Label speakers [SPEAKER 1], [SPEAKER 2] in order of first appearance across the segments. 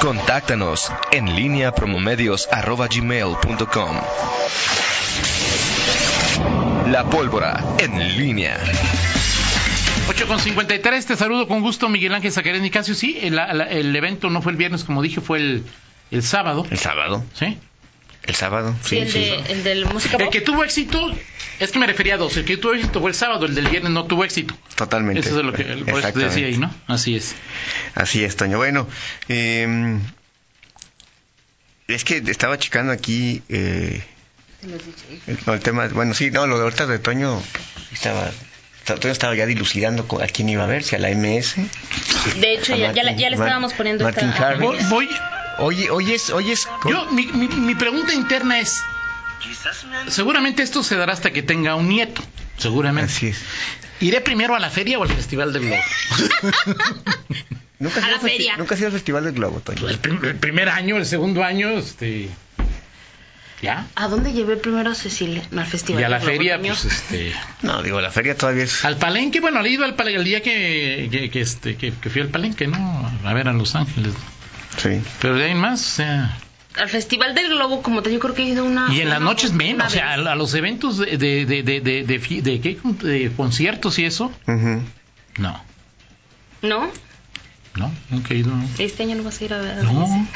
[SPEAKER 1] Contáctanos en línea promomedios.com. La pólvora en línea.
[SPEAKER 2] 8 con 53, te saludo con gusto Miguel Ángel Zacarías Nicasio. Sí, el, la- la- el evento no fue el viernes, como dije, fue el, el sábado.
[SPEAKER 3] El sábado.
[SPEAKER 2] ¿Sí?
[SPEAKER 3] El sábado.
[SPEAKER 4] Sí, el, de, el del música
[SPEAKER 2] El
[SPEAKER 4] pop.
[SPEAKER 2] que tuvo éxito, es que me refería a dos. El que tuvo éxito fue el sábado, el del viernes no tuvo éxito.
[SPEAKER 3] Totalmente.
[SPEAKER 2] Eso es de lo que por eso te
[SPEAKER 3] Exactamente.
[SPEAKER 2] decía ahí, ¿no? Así es.
[SPEAKER 3] Así es, Toño. Bueno, eh, es que estaba checando aquí eh, el, no, el tema. Bueno, sí, no, lo de ahorita de Toño estaba. Toño estaba ya dilucidando co- a quién iba a ver, si a la MS.
[SPEAKER 4] De hecho,
[SPEAKER 3] a
[SPEAKER 4] ya, ya, la- ya le
[SPEAKER 3] Martin-
[SPEAKER 4] estábamos poniendo
[SPEAKER 3] Martin
[SPEAKER 4] esta...
[SPEAKER 3] Harris.
[SPEAKER 2] Voy, voy-
[SPEAKER 3] Hoy, hoy es, hoy es.
[SPEAKER 2] yo, mi, mi- mi pregunta interna es, seguramente esto se dará hasta que tenga un nieto, seguramente.
[SPEAKER 3] Así es.
[SPEAKER 2] ¿Iré primero a la feria o al Festival del Globo?
[SPEAKER 3] Nunca
[SPEAKER 4] A
[SPEAKER 3] ha sido
[SPEAKER 4] la feria. Pues,
[SPEAKER 3] Nunca ha sido el Festival del Globo, Toño.
[SPEAKER 2] El, prim- el primer año, el segundo año, este... ¿Ya?
[SPEAKER 4] ¿A dónde llevé primero a Cecilia? No, al festival.
[SPEAKER 2] Y a la
[SPEAKER 4] del Globo,
[SPEAKER 2] feria,
[SPEAKER 4] niño.
[SPEAKER 2] pues este...
[SPEAKER 3] No, digo, la feria todavía es.
[SPEAKER 2] Al palenque, bueno, le he ido al palenque el día que, que, que, este, que, que fui al palenque, ¿no? A ver a Los Ángeles.
[SPEAKER 3] Sí.
[SPEAKER 2] Pero de ahí en más, o sea...
[SPEAKER 4] Al festival del globo, como te yo creo que he ido una...
[SPEAKER 2] Y en las
[SPEAKER 4] una-
[SPEAKER 2] noches menos,
[SPEAKER 4] una
[SPEAKER 2] o sea, a,
[SPEAKER 4] vez.
[SPEAKER 2] a los eventos de, de, de, de, de, de fi- de qué, de conciertos y eso,
[SPEAKER 3] Ujú.
[SPEAKER 2] no,
[SPEAKER 4] ¿No?
[SPEAKER 2] no, nunca he ido.
[SPEAKER 4] Este año no vas a ir a ver...
[SPEAKER 2] No.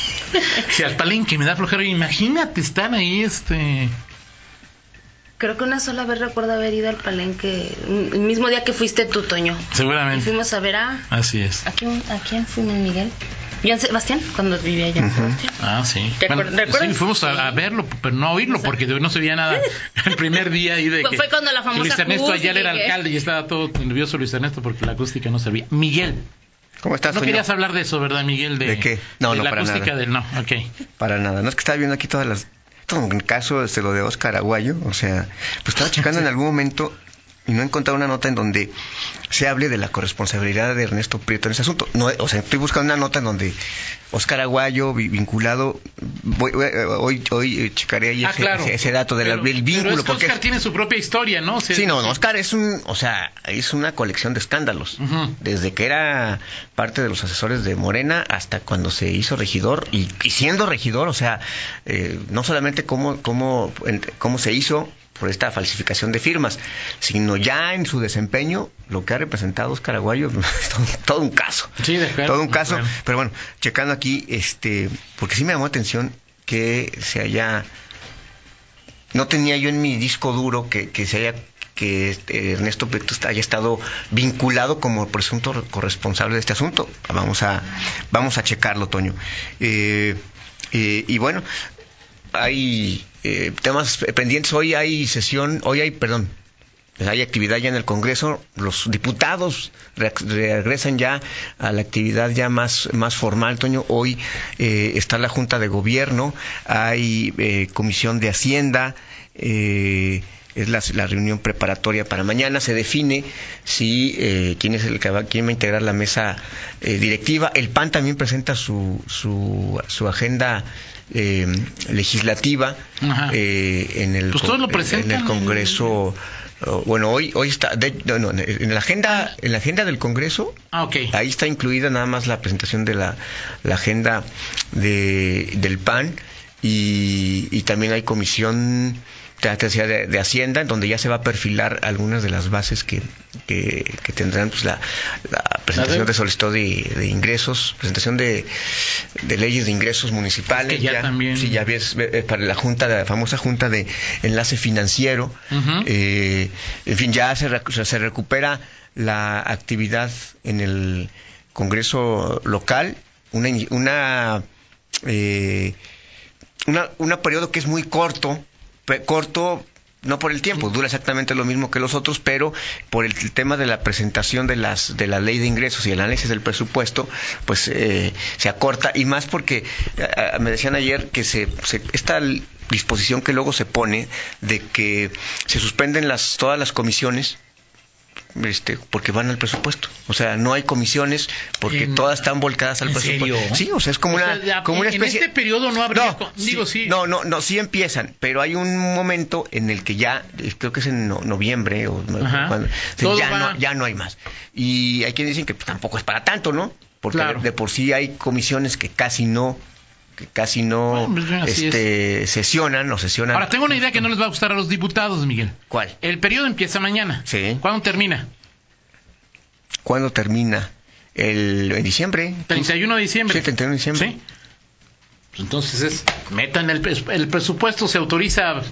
[SPEAKER 2] si al palenque me da flojera, imagínate estar ahí, este.
[SPEAKER 4] Creo que una sola vez recuerdo haber ido al palenque, un- el mismo día que fuiste tú, Toño. Y
[SPEAKER 2] Seguramente.
[SPEAKER 4] fuimos a ver a...
[SPEAKER 2] Así es.
[SPEAKER 4] ¿A quién, a quién fuimos, Miguel? Joan Sebastián, cuando vivía allá en Sebastián.
[SPEAKER 2] Ah, sí.
[SPEAKER 4] ¿Te acuer- recuerdas?
[SPEAKER 2] sí, fuimos a, a verlo, pero no a oírlo, porque de- no se veía nada el primer día ahí de
[SPEAKER 4] Fue-
[SPEAKER 2] que...
[SPEAKER 4] fue cuando la famosa
[SPEAKER 2] Luis Ernesto
[SPEAKER 4] acústica
[SPEAKER 2] Ayala era
[SPEAKER 4] que-
[SPEAKER 2] alcalde y estaba todo nervioso Luis Ernesto porque la acústica no servía. Miguel,
[SPEAKER 3] ¿Cómo estás,
[SPEAKER 2] no
[SPEAKER 3] Toño?
[SPEAKER 2] querías hablar de eso, ¿verdad, Miguel?
[SPEAKER 3] ¿De qué? No,
[SPEAKER 2] de
[SPEAKER 3] no,
[SPEAKER 2] la
[SPEAKER 3] para
[SPEAKER 2] acústica
[SPEAKER 3] nada.
[SPEAKER 2] del... No, ok.
[SPEAKER 3] Para nada. No es que estaba viendo aquí todas las. Todo un caso este, lo de Oscar Aguayo. O sea, pues estaba checando en algún momento y no he encontrado una nota en donde se hable de la corresponsabilidad de Ernesto Prieto en ese asunto. No, o sea, estoy buscando una nota en donde Oscar Aguayo vi- vinculado. voy- voy- eh, hoy, hoy eh, checaré ahí
[SPEAKER 2] Ah,
[SPEAKER 3] ese,
[SPEAKER 2] claro.
[SPEAKER 3] ese- ese dato del
[SPEAKER 2] Pero-
[SPEAKER 3] del vínculo.
[SPEAKER 2] Pero es que
[SPEAKER 3] porque
[SPEAKER 2] Oscar tiene su propia historia, ¿no? O sea,
[SPEAKER 3] Sí, no, no, Oscar es un, o sea, es una colección de escándalos.
[SPEAKER 2] Ujú.
[SPEAKER 3] Desde que era parte de los asesores de Morena hasta cuando se hizo regidor y, y siendo regidor, o sea, eh, no solamente cómo, cómo, en- cómo se hizo por esta falsificación de firmas, sino ya en su desempeño, lo que ha representado Oscar Aguayo, todo, todo un caso.
[SPEAKER 2] Sí, de acuerdo,
[SPEAKER 3] Todo un
[SPEAKER 2] de
[SPEAKER 3] caso.
[SPEAKER 2] acuerdo.
[SPEAKER 3] Pero bueno, checando aquí, este, porque sí me llamó atención que se haya no tenía yo en mi disco duro que, que se haya que este, Ernesto Prieto est- haya estado vinculado como presunto re- corresponsable de este asunto. Vamos a vamos a checarlo, Toño. Eh, eh, y bueno, hay eh, temas pendientes. Hoy hay sesión, hoy hay, perdón, pues, hay actividad ya en el Congreso. Los diputados re- regresan ya a la actividad ya más, más formal, Toño. Hoy eh, está la Junta de Gobierno, hay eh, Comisión de Hacienda. eh, es la, la reunión preparatoria para mañana. Se define si eh, quién es el que va, quién va a integrar la mesa eh, directiva. El PAN también presenta su, su, su agenda eh, legislativa
[SPEAKER 2] Ajá.
[SPEAKER 3] eh, en el
[SPEAKER 2] Pues todos lo
[SPEAKER 3] en-
[SPEAKER 2] presentan
[SPEAKER 3] en el
[SPEAKER 2] en-
[SPEAKER 3] Congreso. oh, Bueno, hoy hoy está de- no, no, en la agenda en la agenda del Congreso
[SPEAKER 2] Ah, ok.
[SPEAKER 3] ahí está incluida nada más la presentación de la, la agenda de, del PAN y, y también hay comisión te- te decía, de, de Hacienda, en donde ya se va a perfilar algunas de las bases que, que, que tendrán pues, la, la
[SPEAKER 2] A ver.
[SPEAKER 3] presentación de solicitud de, de ingresos, presentación de, de leyes de ingresos municipales.
[SPEAKER 2] Es que ya también-
[SPEAKER 3] Sí, ya ves, eh, para la junta, la famosa junta de enlace financiero.
[SPEAKER 2] Ujú.
[SPEAKER 3] Eh, en fin, ya se, recu- se recupera la actividad en el Congreso local, una, in- una, eh, una, una periodo que es muy corto, pe- corto no por el tiempo, dura exactamente lo mismo que los otros, pero por el tema de la presentación de las de la ley de ingresos y el análisis del presupuesto, pues eh, se acorta y más porque eh, eh, me decían ayer que se, se- esta l- disposición que luego se pone de que se suspenden las todas las comisiones este, porque van al presupuesto, o sea, no hay comisiones porque
[SPEAKER 2] En-
[SPEAKER 3] todas están volcadas al
[SPEAKER 2] ¿En
[SPEAKER 3] presupuesto.
[SPEAKER 2] serio?
[SPEAKER 3] Sí, o sea, es como
[SPEAKER 2] O
[SPEAKER 3] una,
[SPEAKER 2] sea, ya-
[SPEAKER 3] como una
[SPEAKER 2] en-
[SPEAKER 3] especie.
[SPEAKER 2] En este periodo no habría.
[SPEAKER 3] No,
[SPEAKER 2] co- digo, sí.
[SPEAKER 3] No, no, no, sí empiezan, pero hay un momento en el que ya, eh, creo que es en no- noviembre o no-
[SPEAKER 2] Ajá.
[SPEAKER 3] cuando, sí,
[SPEAKER 2] Todo
[SPEAKER 3] ya,
[SPEAKER 2] va-
[SPEAKER 3] no, ya no hay más. Y hay quienes dicen que pues, tampoco es para tanto, ¿no? porque
[SPEAKER 2] Claro.
[SPEAKER 3] de por sí hay comisiones que casi no que casi no
[SPEAKER 2] Bueno, pues, así
[SPEAKER 3] este, sesionan o sesionan.
[SPEAKER 2] Ahora, tengo una idea que no les va a gustar a los diputados, Miguel.
[SPEAKER 3] ¿Cuál?
[SPEAKER 2] El periodo empieza mañana.
[SPEAKER 3] Sí.
[SPEAKER 2] ¿Cuándo termina?
[SPEAKER 3] ¿Cuándo termina? El, en diciembre.
[SPEAKER 2] 31 de diciembre.
[SPEAKER 3] Sí, 31 de diciembre.
[SPEAKER 2] Sí. Pues entonces es, metan el, pres- el presupuesto, se autoriza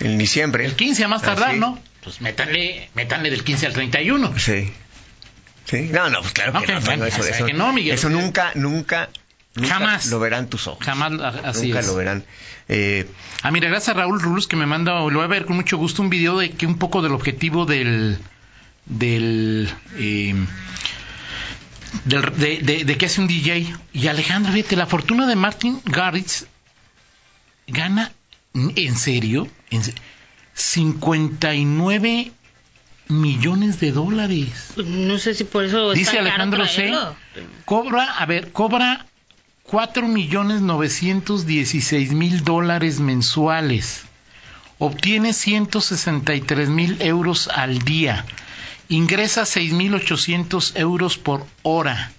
[SPEAKER 3] En diciembre.
[SPEAKER 2] el 15 a más tardar,
[SPEAKER 3] Así. Pues
[SPEAKER 2] ¿no? Pues métanle, métanle del 15 al 31.
[SPEAKER 3] Sí. Sí. No, no, pues claro que
[SPEAKER 2] Ok,
[SPEAKER 3] no.
[SPEAKER 2] bueno,
[SPEAKER 3] no, eso,
[SPEAKER 2] o sea
[SPEAKER 3] eso-
[SPEAKER 2] que no, Miguel.
[SPEAKER 3] eso nunca, nunca, nunca
[SPEAKER 2] Jamás.
[SPEAKER 3] lo verán tus ojos.
[SPEAKER 2] Jamás a- así
[SPEAKER 3] nunca
[SPEAKER 2] es.
[SPEAKER 3] lo verán. Eh,
[SPEAKER 2] Ah, mira, gracias a Raúl Rulus que me manda, lo voy a ver con mucho gusto, un video de que un poco del objetivo del. del. eh, del- de, de- de que hace un DJ. Y Alejandra, fíjate, la fortuna de Martin Garrix gana, en serio, en se- 59 millones de dólares.
[SPEAKER 4] No sé si por eso. es
[SPEAKER 2] Dice
[SPEAKER 4] Pues tan caro
[SPEAKER 2] Alejandro C.
[SPEAKER 4] traerlo.
[SPEAKER 2] Cobra, a ver, cobra 4 millones 916 mil dólares mensuales. Obtiene 163 mil euros al día. Ingresa 6 mil 800 euros por hora.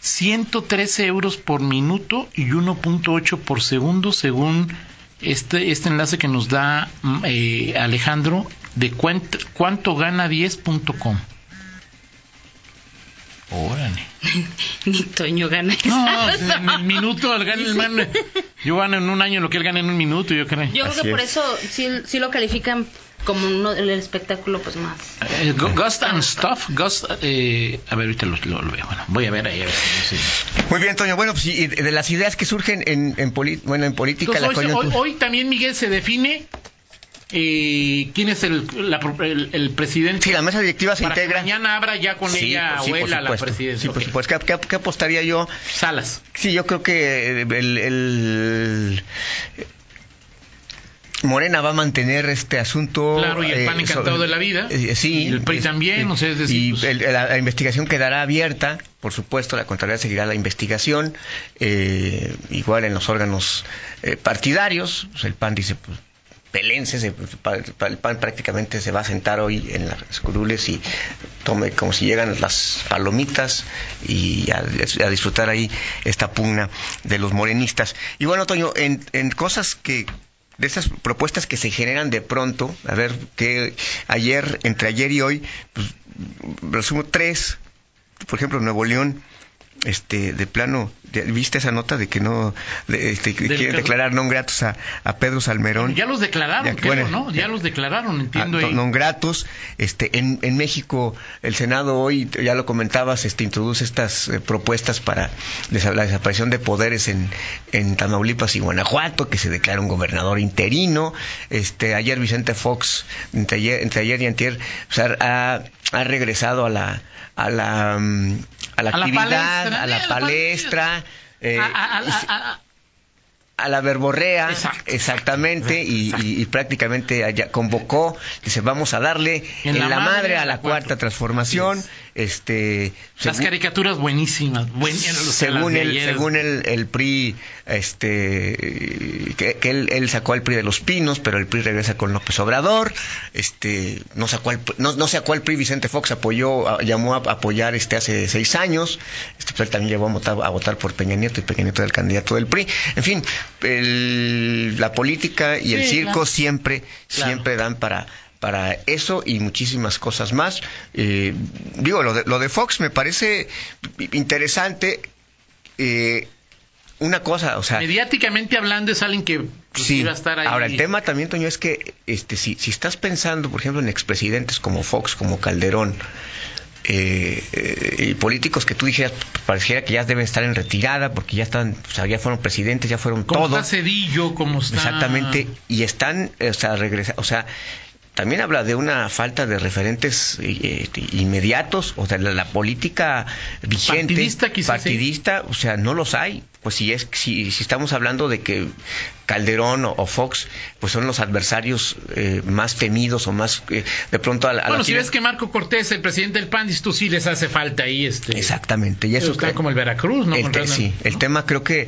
[SPEAKER 2] 113 euros por minuto y 1.8 por segundo según este, este enlace que nos da mm, eh, Alejandro de cuánto, cuánto gana 10.com. Órale.
[SPEAKER 4] Ni Toño gana eso.
[SPEAKER 2] No, en el minuto él gana el man. Yo gano en un año lo que él gana en un minuto, yo creo.
[SPEAKER 4] Yo
[SPEAKER 3] Así
[SPEAKER 4] creo que por
[SPEAKER 3] es.
[SPEAKER 4] eso sí, sí lo califican como uno el espectáculo pues más.
[SPEAKER 2] Eh, Go- Ghost and Stuff, Ghost, eh, a ver, ahorita lo, lo- lo veo. Bueno, voy a ver ahí, a ver. si- si-
[SPEAKER 3] muy bien, Toño. Bueno, pues y de las ideas que surgen en, en, poli- bueno, en política,
[SPEAKER 2] Entonces,
[SPEAKER 3] la
[SPEAKER 2] Pues hoy, se- hoy-
[SPEAKER 3] coyuntura-
[SPEAKER 2] hoy también, Miguel, se define eh, quién es el, la pro- el- el presidente.
[SPEAKER 3] Sí, la mesa directiva se
[SPEAKER 2] para que
[SPEAKER 3] integra.
[SPEAKER 2] mañana abra ya con
[SPEAKER 3] Sí,
[SPEAKER 2] ella
[SPEAKER 3] pues, sí, por
[SPEAKER 2] abuela la
[SPEAKER 3] supuesto.
[SPEAKER 2] presidencia.
[SPEAKER 3] Sí, por
[SPEAKER 2] Ok.
[SPEAKER 3] supuesto. ¿Qué, qué- qué apostaría yo?
[SPEAKER 2] Salas.
[SPEAKER 3] Sí, yo creo que el, el- Morena va a mantener este asunto.
[SPEAKER 2] Claro, y el PAN encantado de la vida.
[SPEAKER 3] eh, sí.
[SPEAKER 2] Y el PRI también, o sea, es decir,
[SPEAKER 3] Y
[SPEAKER 2] pues-
[SPEAKER 3] el- la, la investigación quedará abierta, por supuesto, la Contraloría seguirá la investigación, eh, igual en los órganos eh, partidarios. pues el PAN dice, pues. Pelense, se- pa- pa- el PAN prácticamente se va a sentar hoy en las curules y tome como si llegan las palomitas y a, a disfrutar ahí esta pugna de los morenistas. Y bueno, Toño, en, en cosas que, de esas propuestas que se generan de pronto, a ver, que ayer, entre ayer y hoy, pues, resumo tres, por ejemplo, Nuevo León, este, de plano, ya ¿viste esa nota de que no, de- este, que
[SPEAKER 2] Del
[SPEAKER 3] quieren
[SPEAKER 2] caso-
[SPEAKER 3] declarar no gratos a, a Pedro Salmerón?
[SPEAKER 2] Ya los declararon,
[SPEAKER 3] Ya,
[SPEAKER 2] creo,
[SPEAKER 3] bueno,
[SPEAKER 2] ¿no? Ya los declararon, entiendo.
[SPEAKER 3] Ah,
[SPEAKER 2] ahí.
[SPEAKER 3] no gratos. Este, en, en México, el Senado hoy, ya lo comentabas, este, introduce estas eh, propuestas para desa- la desaparición de poderes en, en Tamaulipas y Guanajuato, que se declara un gobernador interino. Este, ayer Vicente Fox, entre ayer, entre ayer y antier, o sea, ha, ha regresado a la, a la, mm, a la
[SPEAKER 2] A la
[SPEAKER 3] actividad,
[SPEAKER 2] palestra,
[SPEAKER 3] a
[SPEAKER 2] eh, a
[SPEAKER 3] la
[SPEAKER 2] la
[SPEAKER 3] palestra. eh,
[SPEAKER 2] A- a- a- a- a-
[SPEAKER 3] a la verborrea,
[SPEAKER 2] Exacto.
[SPEAKER 3] exactamente, y- Y, y prácticamente allá convocó, dice, vamos a darle en, la, madre, a la cuarta, transformación, este,
[SPEAKER 2] las
[SPEAKER 3] segu-
[SPEAKER 2] caricaturas buenísimas. buen- o sea, las
[SPEAKER 3] según
[SPEAKER 2] de
[SPEAKER 3] el,
[SPEAKER 2] ayer.
[SPEAKER 3] según el, el PRI, este, que, que él, él sacó al PRI de los Pinos, pero el PRI regresa con López Obrador, este, no sacó al, no, no sé a cuál PRI Vicente Fox apoyó, a- llamó a apoyar este hace seis años, este, pues él también llegó a votar, a votar por Peña Nieto y Peña Nieto era el candidato del PRI, en fin, el- la política y el
[SPEAKER 4] Sí,
[SPEAKER 3] circo
[SPEAKER 4] claro.
[SPEAKER 3] siempre,
[SPEAKER 2] Claro.
[SPEAKER 3] siempre dan para para eso y muchísimas cosas más. Eh, digo, lo de, lo de Fox me parece interesante. eh, una cosa, o sea,
[SPEAKER 2] Mediáticamente hablando, es alguien que pues,
[SPEAKER 3] sí.
[SPEAKER 2] iba a estar ahí.
[SPEAKER 3] Ahora, el tema también, Toño, es que este, si, si estás pensando, por ejemplo, en expresidentes como Fox, como Calderón, eh, eh, y políticos que tú dijeras, pareciera que ya deben estar en retirada porque ya están, o sea, ya fueron presidentes, ya fueron
[SPEAKER 2] ¿Cómo
[SPEAKER 3] todo.
[SPEAKER 2] está Cedillo? ¿Cómo está?
[SPEAKER 3] Exactamente,
[SPEAKER 2] Ah.
[SPEAKER 3] y están, eh, o sea, regresa, o sea, también habla de una falta de referentes eh, eh, inmediatos, o sea, la, la política vigente,
[SPEAKER 2] Partidista, quizás, sí.
[SPEAKER 3] partidista, o sea, no los hay. pues si es si, si estamos hablando de que Calderón o, o Fox pues son los adversarios eh, más temidos o más eh, de pronto a, la, a
[SPEAKER 2] bueno
[SPEAKER 3] la
[SPEAKER 2] si
[SPEAKER 3] tira-
[SPEAKER 2] ves que Marco Cortés el presidente del PAN dices tú sí les hace falta ahí este
[SPEAKER 3] exactamente y eso
[SPEAKER 2] está
[SPEAKER 3] creo-
[SPEAKER 2] como el Veracruz no
[SPEAKER 3] el, te-
[SPEAKER 2] Contra-
[SPEAKER 3] sí, el
[SPEAKER 2] ¿no?
[SPEAKER 3] tema creo que eh,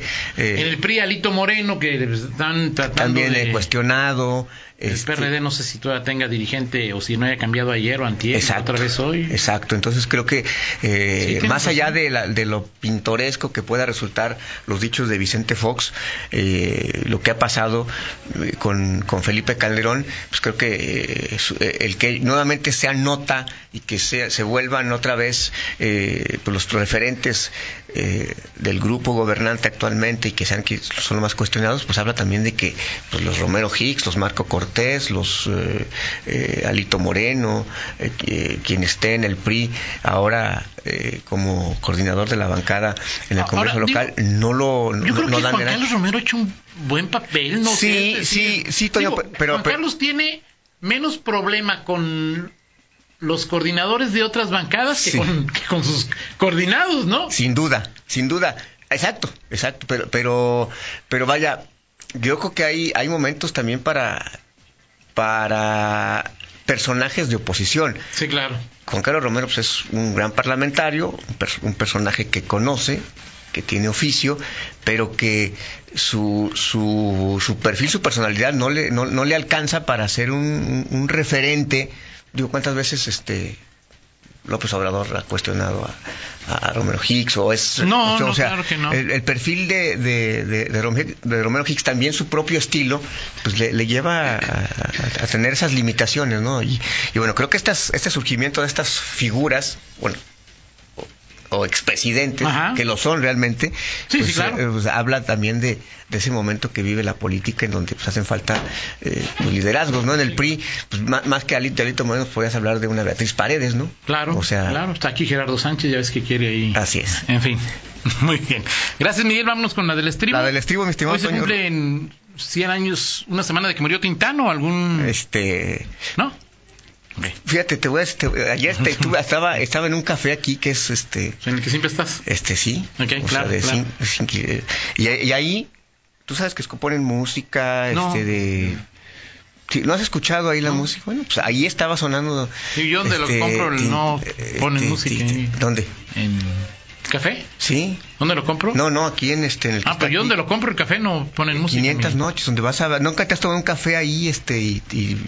[SPEAKER 2] en el PRI Alito Moreno que están tratando
[SPEAKER 3] también
[SPEAKER 2] de
[SPEAKER 3] he cuestionado
[SPEAKER 2] el
[SPEAKER 3] este,
[SPEAKER 2] PRD no sé si todavía tenga dirigente o si no haya cambiado ayer o antier
[SPEAKER 3] Exacto.
[SPEAKER 2] otra vez hoy
[SPEAKER 3] Exacto, entonces creo que eh,
[SPEAKER 2] Sí, tienes
[SPEAKER 3] más allá
[SPEAKER 2] razón.
[SPEAKER 3] de, la- de lo pintoresco que pueda resultar los dichos de Vicente Fox, eh, lo que ha pasado eh, con, con Felipe Calderón, pues creo que eh, su- eh, el que nuevamente sea nota y que sea- se vuelvan otra vez eh, pues los referentes eh, del grupo gobernante actualmente y que sean que son los más cuestionados, pues habla también de que pues, los Romero Hicks, los Marco Cortés, los eh, eh, Alito Moreno, eh, que- quien esté en el PRI ahora eh, como coordinador de la bancada en el
[SPEAKER 2] Ah, Ahora,
[SPEAKER 3] Congreso
[SPEAKER 2] digo,
[SPEAKER 3] local, no lo no,
[SPEAKER 2] Yo creo
[SPEAKER 3] no
[SPEAKER 2] que
[SPEAKER 3] dan
[SPEAKER 2] Juan
[SPEAKER 3] derecho.
[SPEAKER 2] Carlos Romero ha hecho un buen papel, ¿no?
[SPEAKER 3] Sí,
[SPEAKER 2] sé, es
[SPEAKER 3] sí,
[SPEAKER 2] decir,
[SPEAKER 3] sí, Toño,
[SPEAKER 2] digo,
[SPEAKER 3] pe- pero-
[SPEAKER 2] Juan
[SPEAKER 3] pero-
[SPEAKER 2] Carlos tiene menos problema con los coordinadores de otras bancadas que,
[SPEAKER 3] Sí.
[SPEAKER 2] con, que con sus coordinados, ¿no?
[SPEAKER 3] Sin duda, sin duda. Exacto, exacto. Pero, pero, pero vaya, yo creo que hay, hay momentos también para, para personajes de oposición.
[SPEAKER 2] Sí, claro.
[SPEAKER 3] Juan Carlos Romero pues, es un gran parlamentario, un, pers- un personaje que conoce, que tiene oficio, pero que su, su, su perfil, su personalidad no le, no, no le alcanza para ser un, un- un referente. Digo, ¿cuántas veces este López Obrador ha cuestionado a, a Romero Hicks? O es,
[SPEAKER 2] No,
[SPEAKER 3] o
[SPEAKER 2] no,
[SPEAKER 3] sea,
[SPEAKER 2] claro que no.
[SPEAKER 3] El, el perfil de, de, de- de Rom- de Romero Hicks, también su propio estilo, pues le, le lleva a, a- a tener esas limitaciones, ¿no? Y, y bueno, creo que estas, este surgimiento de estas figuras, bueno, o, o expresidentes,
[SPEAKER 2] Ajá.
[SPEAKER 3] que lo son realmente,
[SPEAKER 2] Sí,
[SPEAKER 3] pues,
[SPEAKER 2] sí, claro.
[SPEAKER 3] eh, pues, habla también de, de ese momento que vive la política en donde pues, hacen falta eh, pues, liderazgos, ¿no? En el PRI, pues, ma- más, que Alito, Alito Moreno, podrías hablar de una Beatriz Paredes, ¿no?
[SPEAKER 2] Claro,
[SPEAKER 3] O sea,
[SPEAKER 2] claro. Está aquí Gerardo Sánchez, ya ves que quiere ahí.
[SPEAKER 3] así es.
[SPEAKER 2] En fin. Muy bien. Gracias, Miguel. Vámonos con la del estribo.
[SPEAKER 3] La del estribo, mi estimado
[SPEAKER 2] Hoy se
[SPEAKER 3] Toño.
[SPEAKER 2] cumplen 100 años, una semana de que murió Tintano, algún...
[SPEAKER 3] Este,
[SPEAKER 2] ¿No? Ok.
[SPEAKER 3] Fíjate, te voy a, te- ayer te- tuve- estaba, estaba en un café aquí que es este,
[SPEAKER 2] En el que siempre estás.
[SPEAKER 3] este sí.
[SPEAKER 2] Ok,
[SPEAKER 3] O
[SPEAKER 2] claro,
[SPEAKER 3] de
[SPEAKER 2] claro.
[SPEAKER 3] sin- sin que- y, y ahí, tú sabes que componen música,
[SPEAKER 2] No.
[SPEAKER 3] este de. sí, ¿No has escuchado ahí la
[SPEAKER 2] No.
[SPEAKER 3] música? Bueno, pues ahí estaba sonando. este,
[SPEAKER 2] Sí, yo donde lo compro
[SPEAKER 3] tin-
[SPEAKER 2] no
[SPEAKER 3] eh,
[SPEAKER 2] ponen
[SPEAKER 3] tin-
[SPEAKER 2] música
[SPEAKER 3] tin-
[SPEAKER 2] ahí.
[SPEAKER 3] ¿Dónde?
[SPEAKER 2] ¿En café?
[SPEAKER 3] Sí.
[SPEAKER 2] ¿Dónde lo compro?
[SPEAKER 3] No, no, aquí en este. En el que
[SPEAKER 2] Ah,
[SPEAKER 3] está
[SPEAKER 2] pero yo
[SPEAKER 3] aquí,
[SPEAKER 2] donde lo compro el café no ponen música.
[SPEAKER 3] 500
[SPEAKER 2] mira.
[SPEAKER 3] noches, donde vas a. Nunca te has tomado un café ahí, este, y. y-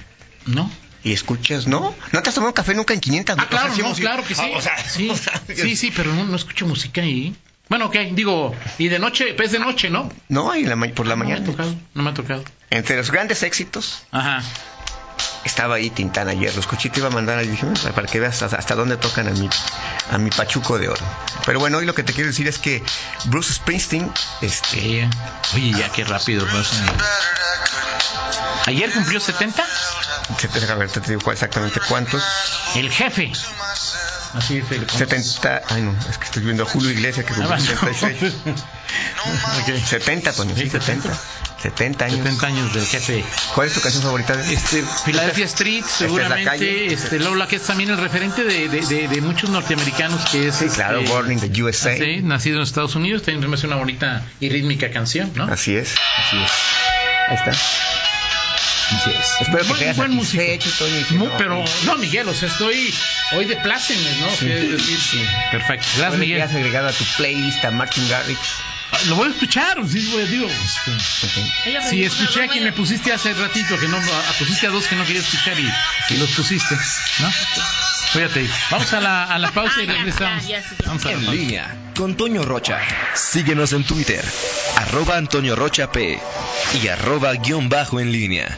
[SPEAKER 2] No.
[SPEAKER 3] y escuchas, ¿no? ¿No te has tomado un café nunca en 500?
[SPEAKER 2] Ah,
[SPEAKER 3] O sea,
[SPEAKER 2] claro,
[SPEAKER 3] sí
[SPEAKER 2] no,
[SPEAKER 3] hemos ido-
[SPEAKER 2] claro que sí.
[SPEAKER 3] Ah, o sea,
[SPEAKER 2] sí,
[SPEAKER 3] o sea,
[SPEAKER 2] sí, sí, pero no, no escucho música ahí. Bueno, ok, digo, y de noche, pues de noche, ¿no?
[SPEAKER 3] No, y en la ma- por la
[SPEAKER 2] No
[SPEAKER 3] mañana.
[SPEAKER 2] me ha tocado, no me ha tocado.
[SPEAKER 3] Entre los grandes éxitos
[SPEAKER 2] Ajá.
[SPEAKER 3] estaba ahí Tintán ayer. Los escuché y te iba a mandar y dije, "Mira, para que veas hasta, hasta dónde tocan a mi, a mi pachuco de oro. Pero bueno, hoy lo que te quiero decir es que Bruce Springsteen, este,
[SPEAKER 2] Sí. Oye, ya qué rápido pasa. Ayer cumplió 70,
[SPEAKER 3] se te- a ver, te digo cuál- exactamente cuántos.
[SPEAKER 2] el jefe. Así es el
[SPEAKER 3] 70, ay no, es que estoy viendo a Julio Iglesias que
[SPEAKER 2] Ah,
[SPEAKER 3] cumplió 76. 70, Toño, sí,
[SPEAKER 2] Sí, 70.
[SPEAKER 3] 70. 70 años.
[SPEAKER 2] 70 años del jefe.
[SPEAKER 3] ¿Cuál es tu canción favorita? de él?
[SPEAKER 2] Este, Philadelphia Street,
[SPEAKER 3] es la
[SPEAKER 2] seguramente,
[SPEAKER 3] calle.
[SPEAKER 2] este, Lola, que es también el referente de, de- de- de muchos norteamericanos que es...
[SPEAKER 3] Sí, claro,
[SPEAKER 2] este,
[SPEAKER 3] Born in the USA.
[SPEAKER 2] ah, sí, nacido en Estados Unidos, también se me hace una bonita y rítmica canción, ¿no?
[SPEAKER 3] Así es.
[SPEAKER 2] Así es.
[SPEAKER 3] Ahí está. Espero que
[SPEAKER 2] Buen-
[SPEAKER 3] te hayas
[SPEAKER 2] buen músico.
[SPEAKER 3] satisfecho, Toño, y que
[SPEAKER 2] Mu-
[SPEAKER 3] no-
[SPEAKER 2] pero, no, Miguel, o sea, estoy hoy de plácemes, ¿no?
[SPEAKER 3] Sí.
[SPEAKER 2] Es decir, Perfecto. Gracias,
[SPEAKER 3] Bueno,
[SPEAKER 2] Miguel.
[SPEAKER 3] ya has agregado a tu playlist a Martin Garrix.
[SPEAKER 2] Ah, Lo voy a escuchar, sí, voy a digo. este, Sí, escuché a quien me pusiste hace ratito, que no, a- pusiste a dos que no quería escuchar y, y los pusiste, ¿no? Fíjate, vamos a la, a la pausa y
[SPEAKER 4] Ah, ya,
[SPEAKER 2] regresamos.
[SPEAKER 4] ya, ya, sí, ya.
[SPEAKER 2] Vamos a la
[SPEAKER 1] En
[SPEAKER 2] pausa.
[SPEAKER 1] línea con Toño Rocha. Síguenos en Twitter, arroba Antonio Rocha P y arroba guión bajo en línea.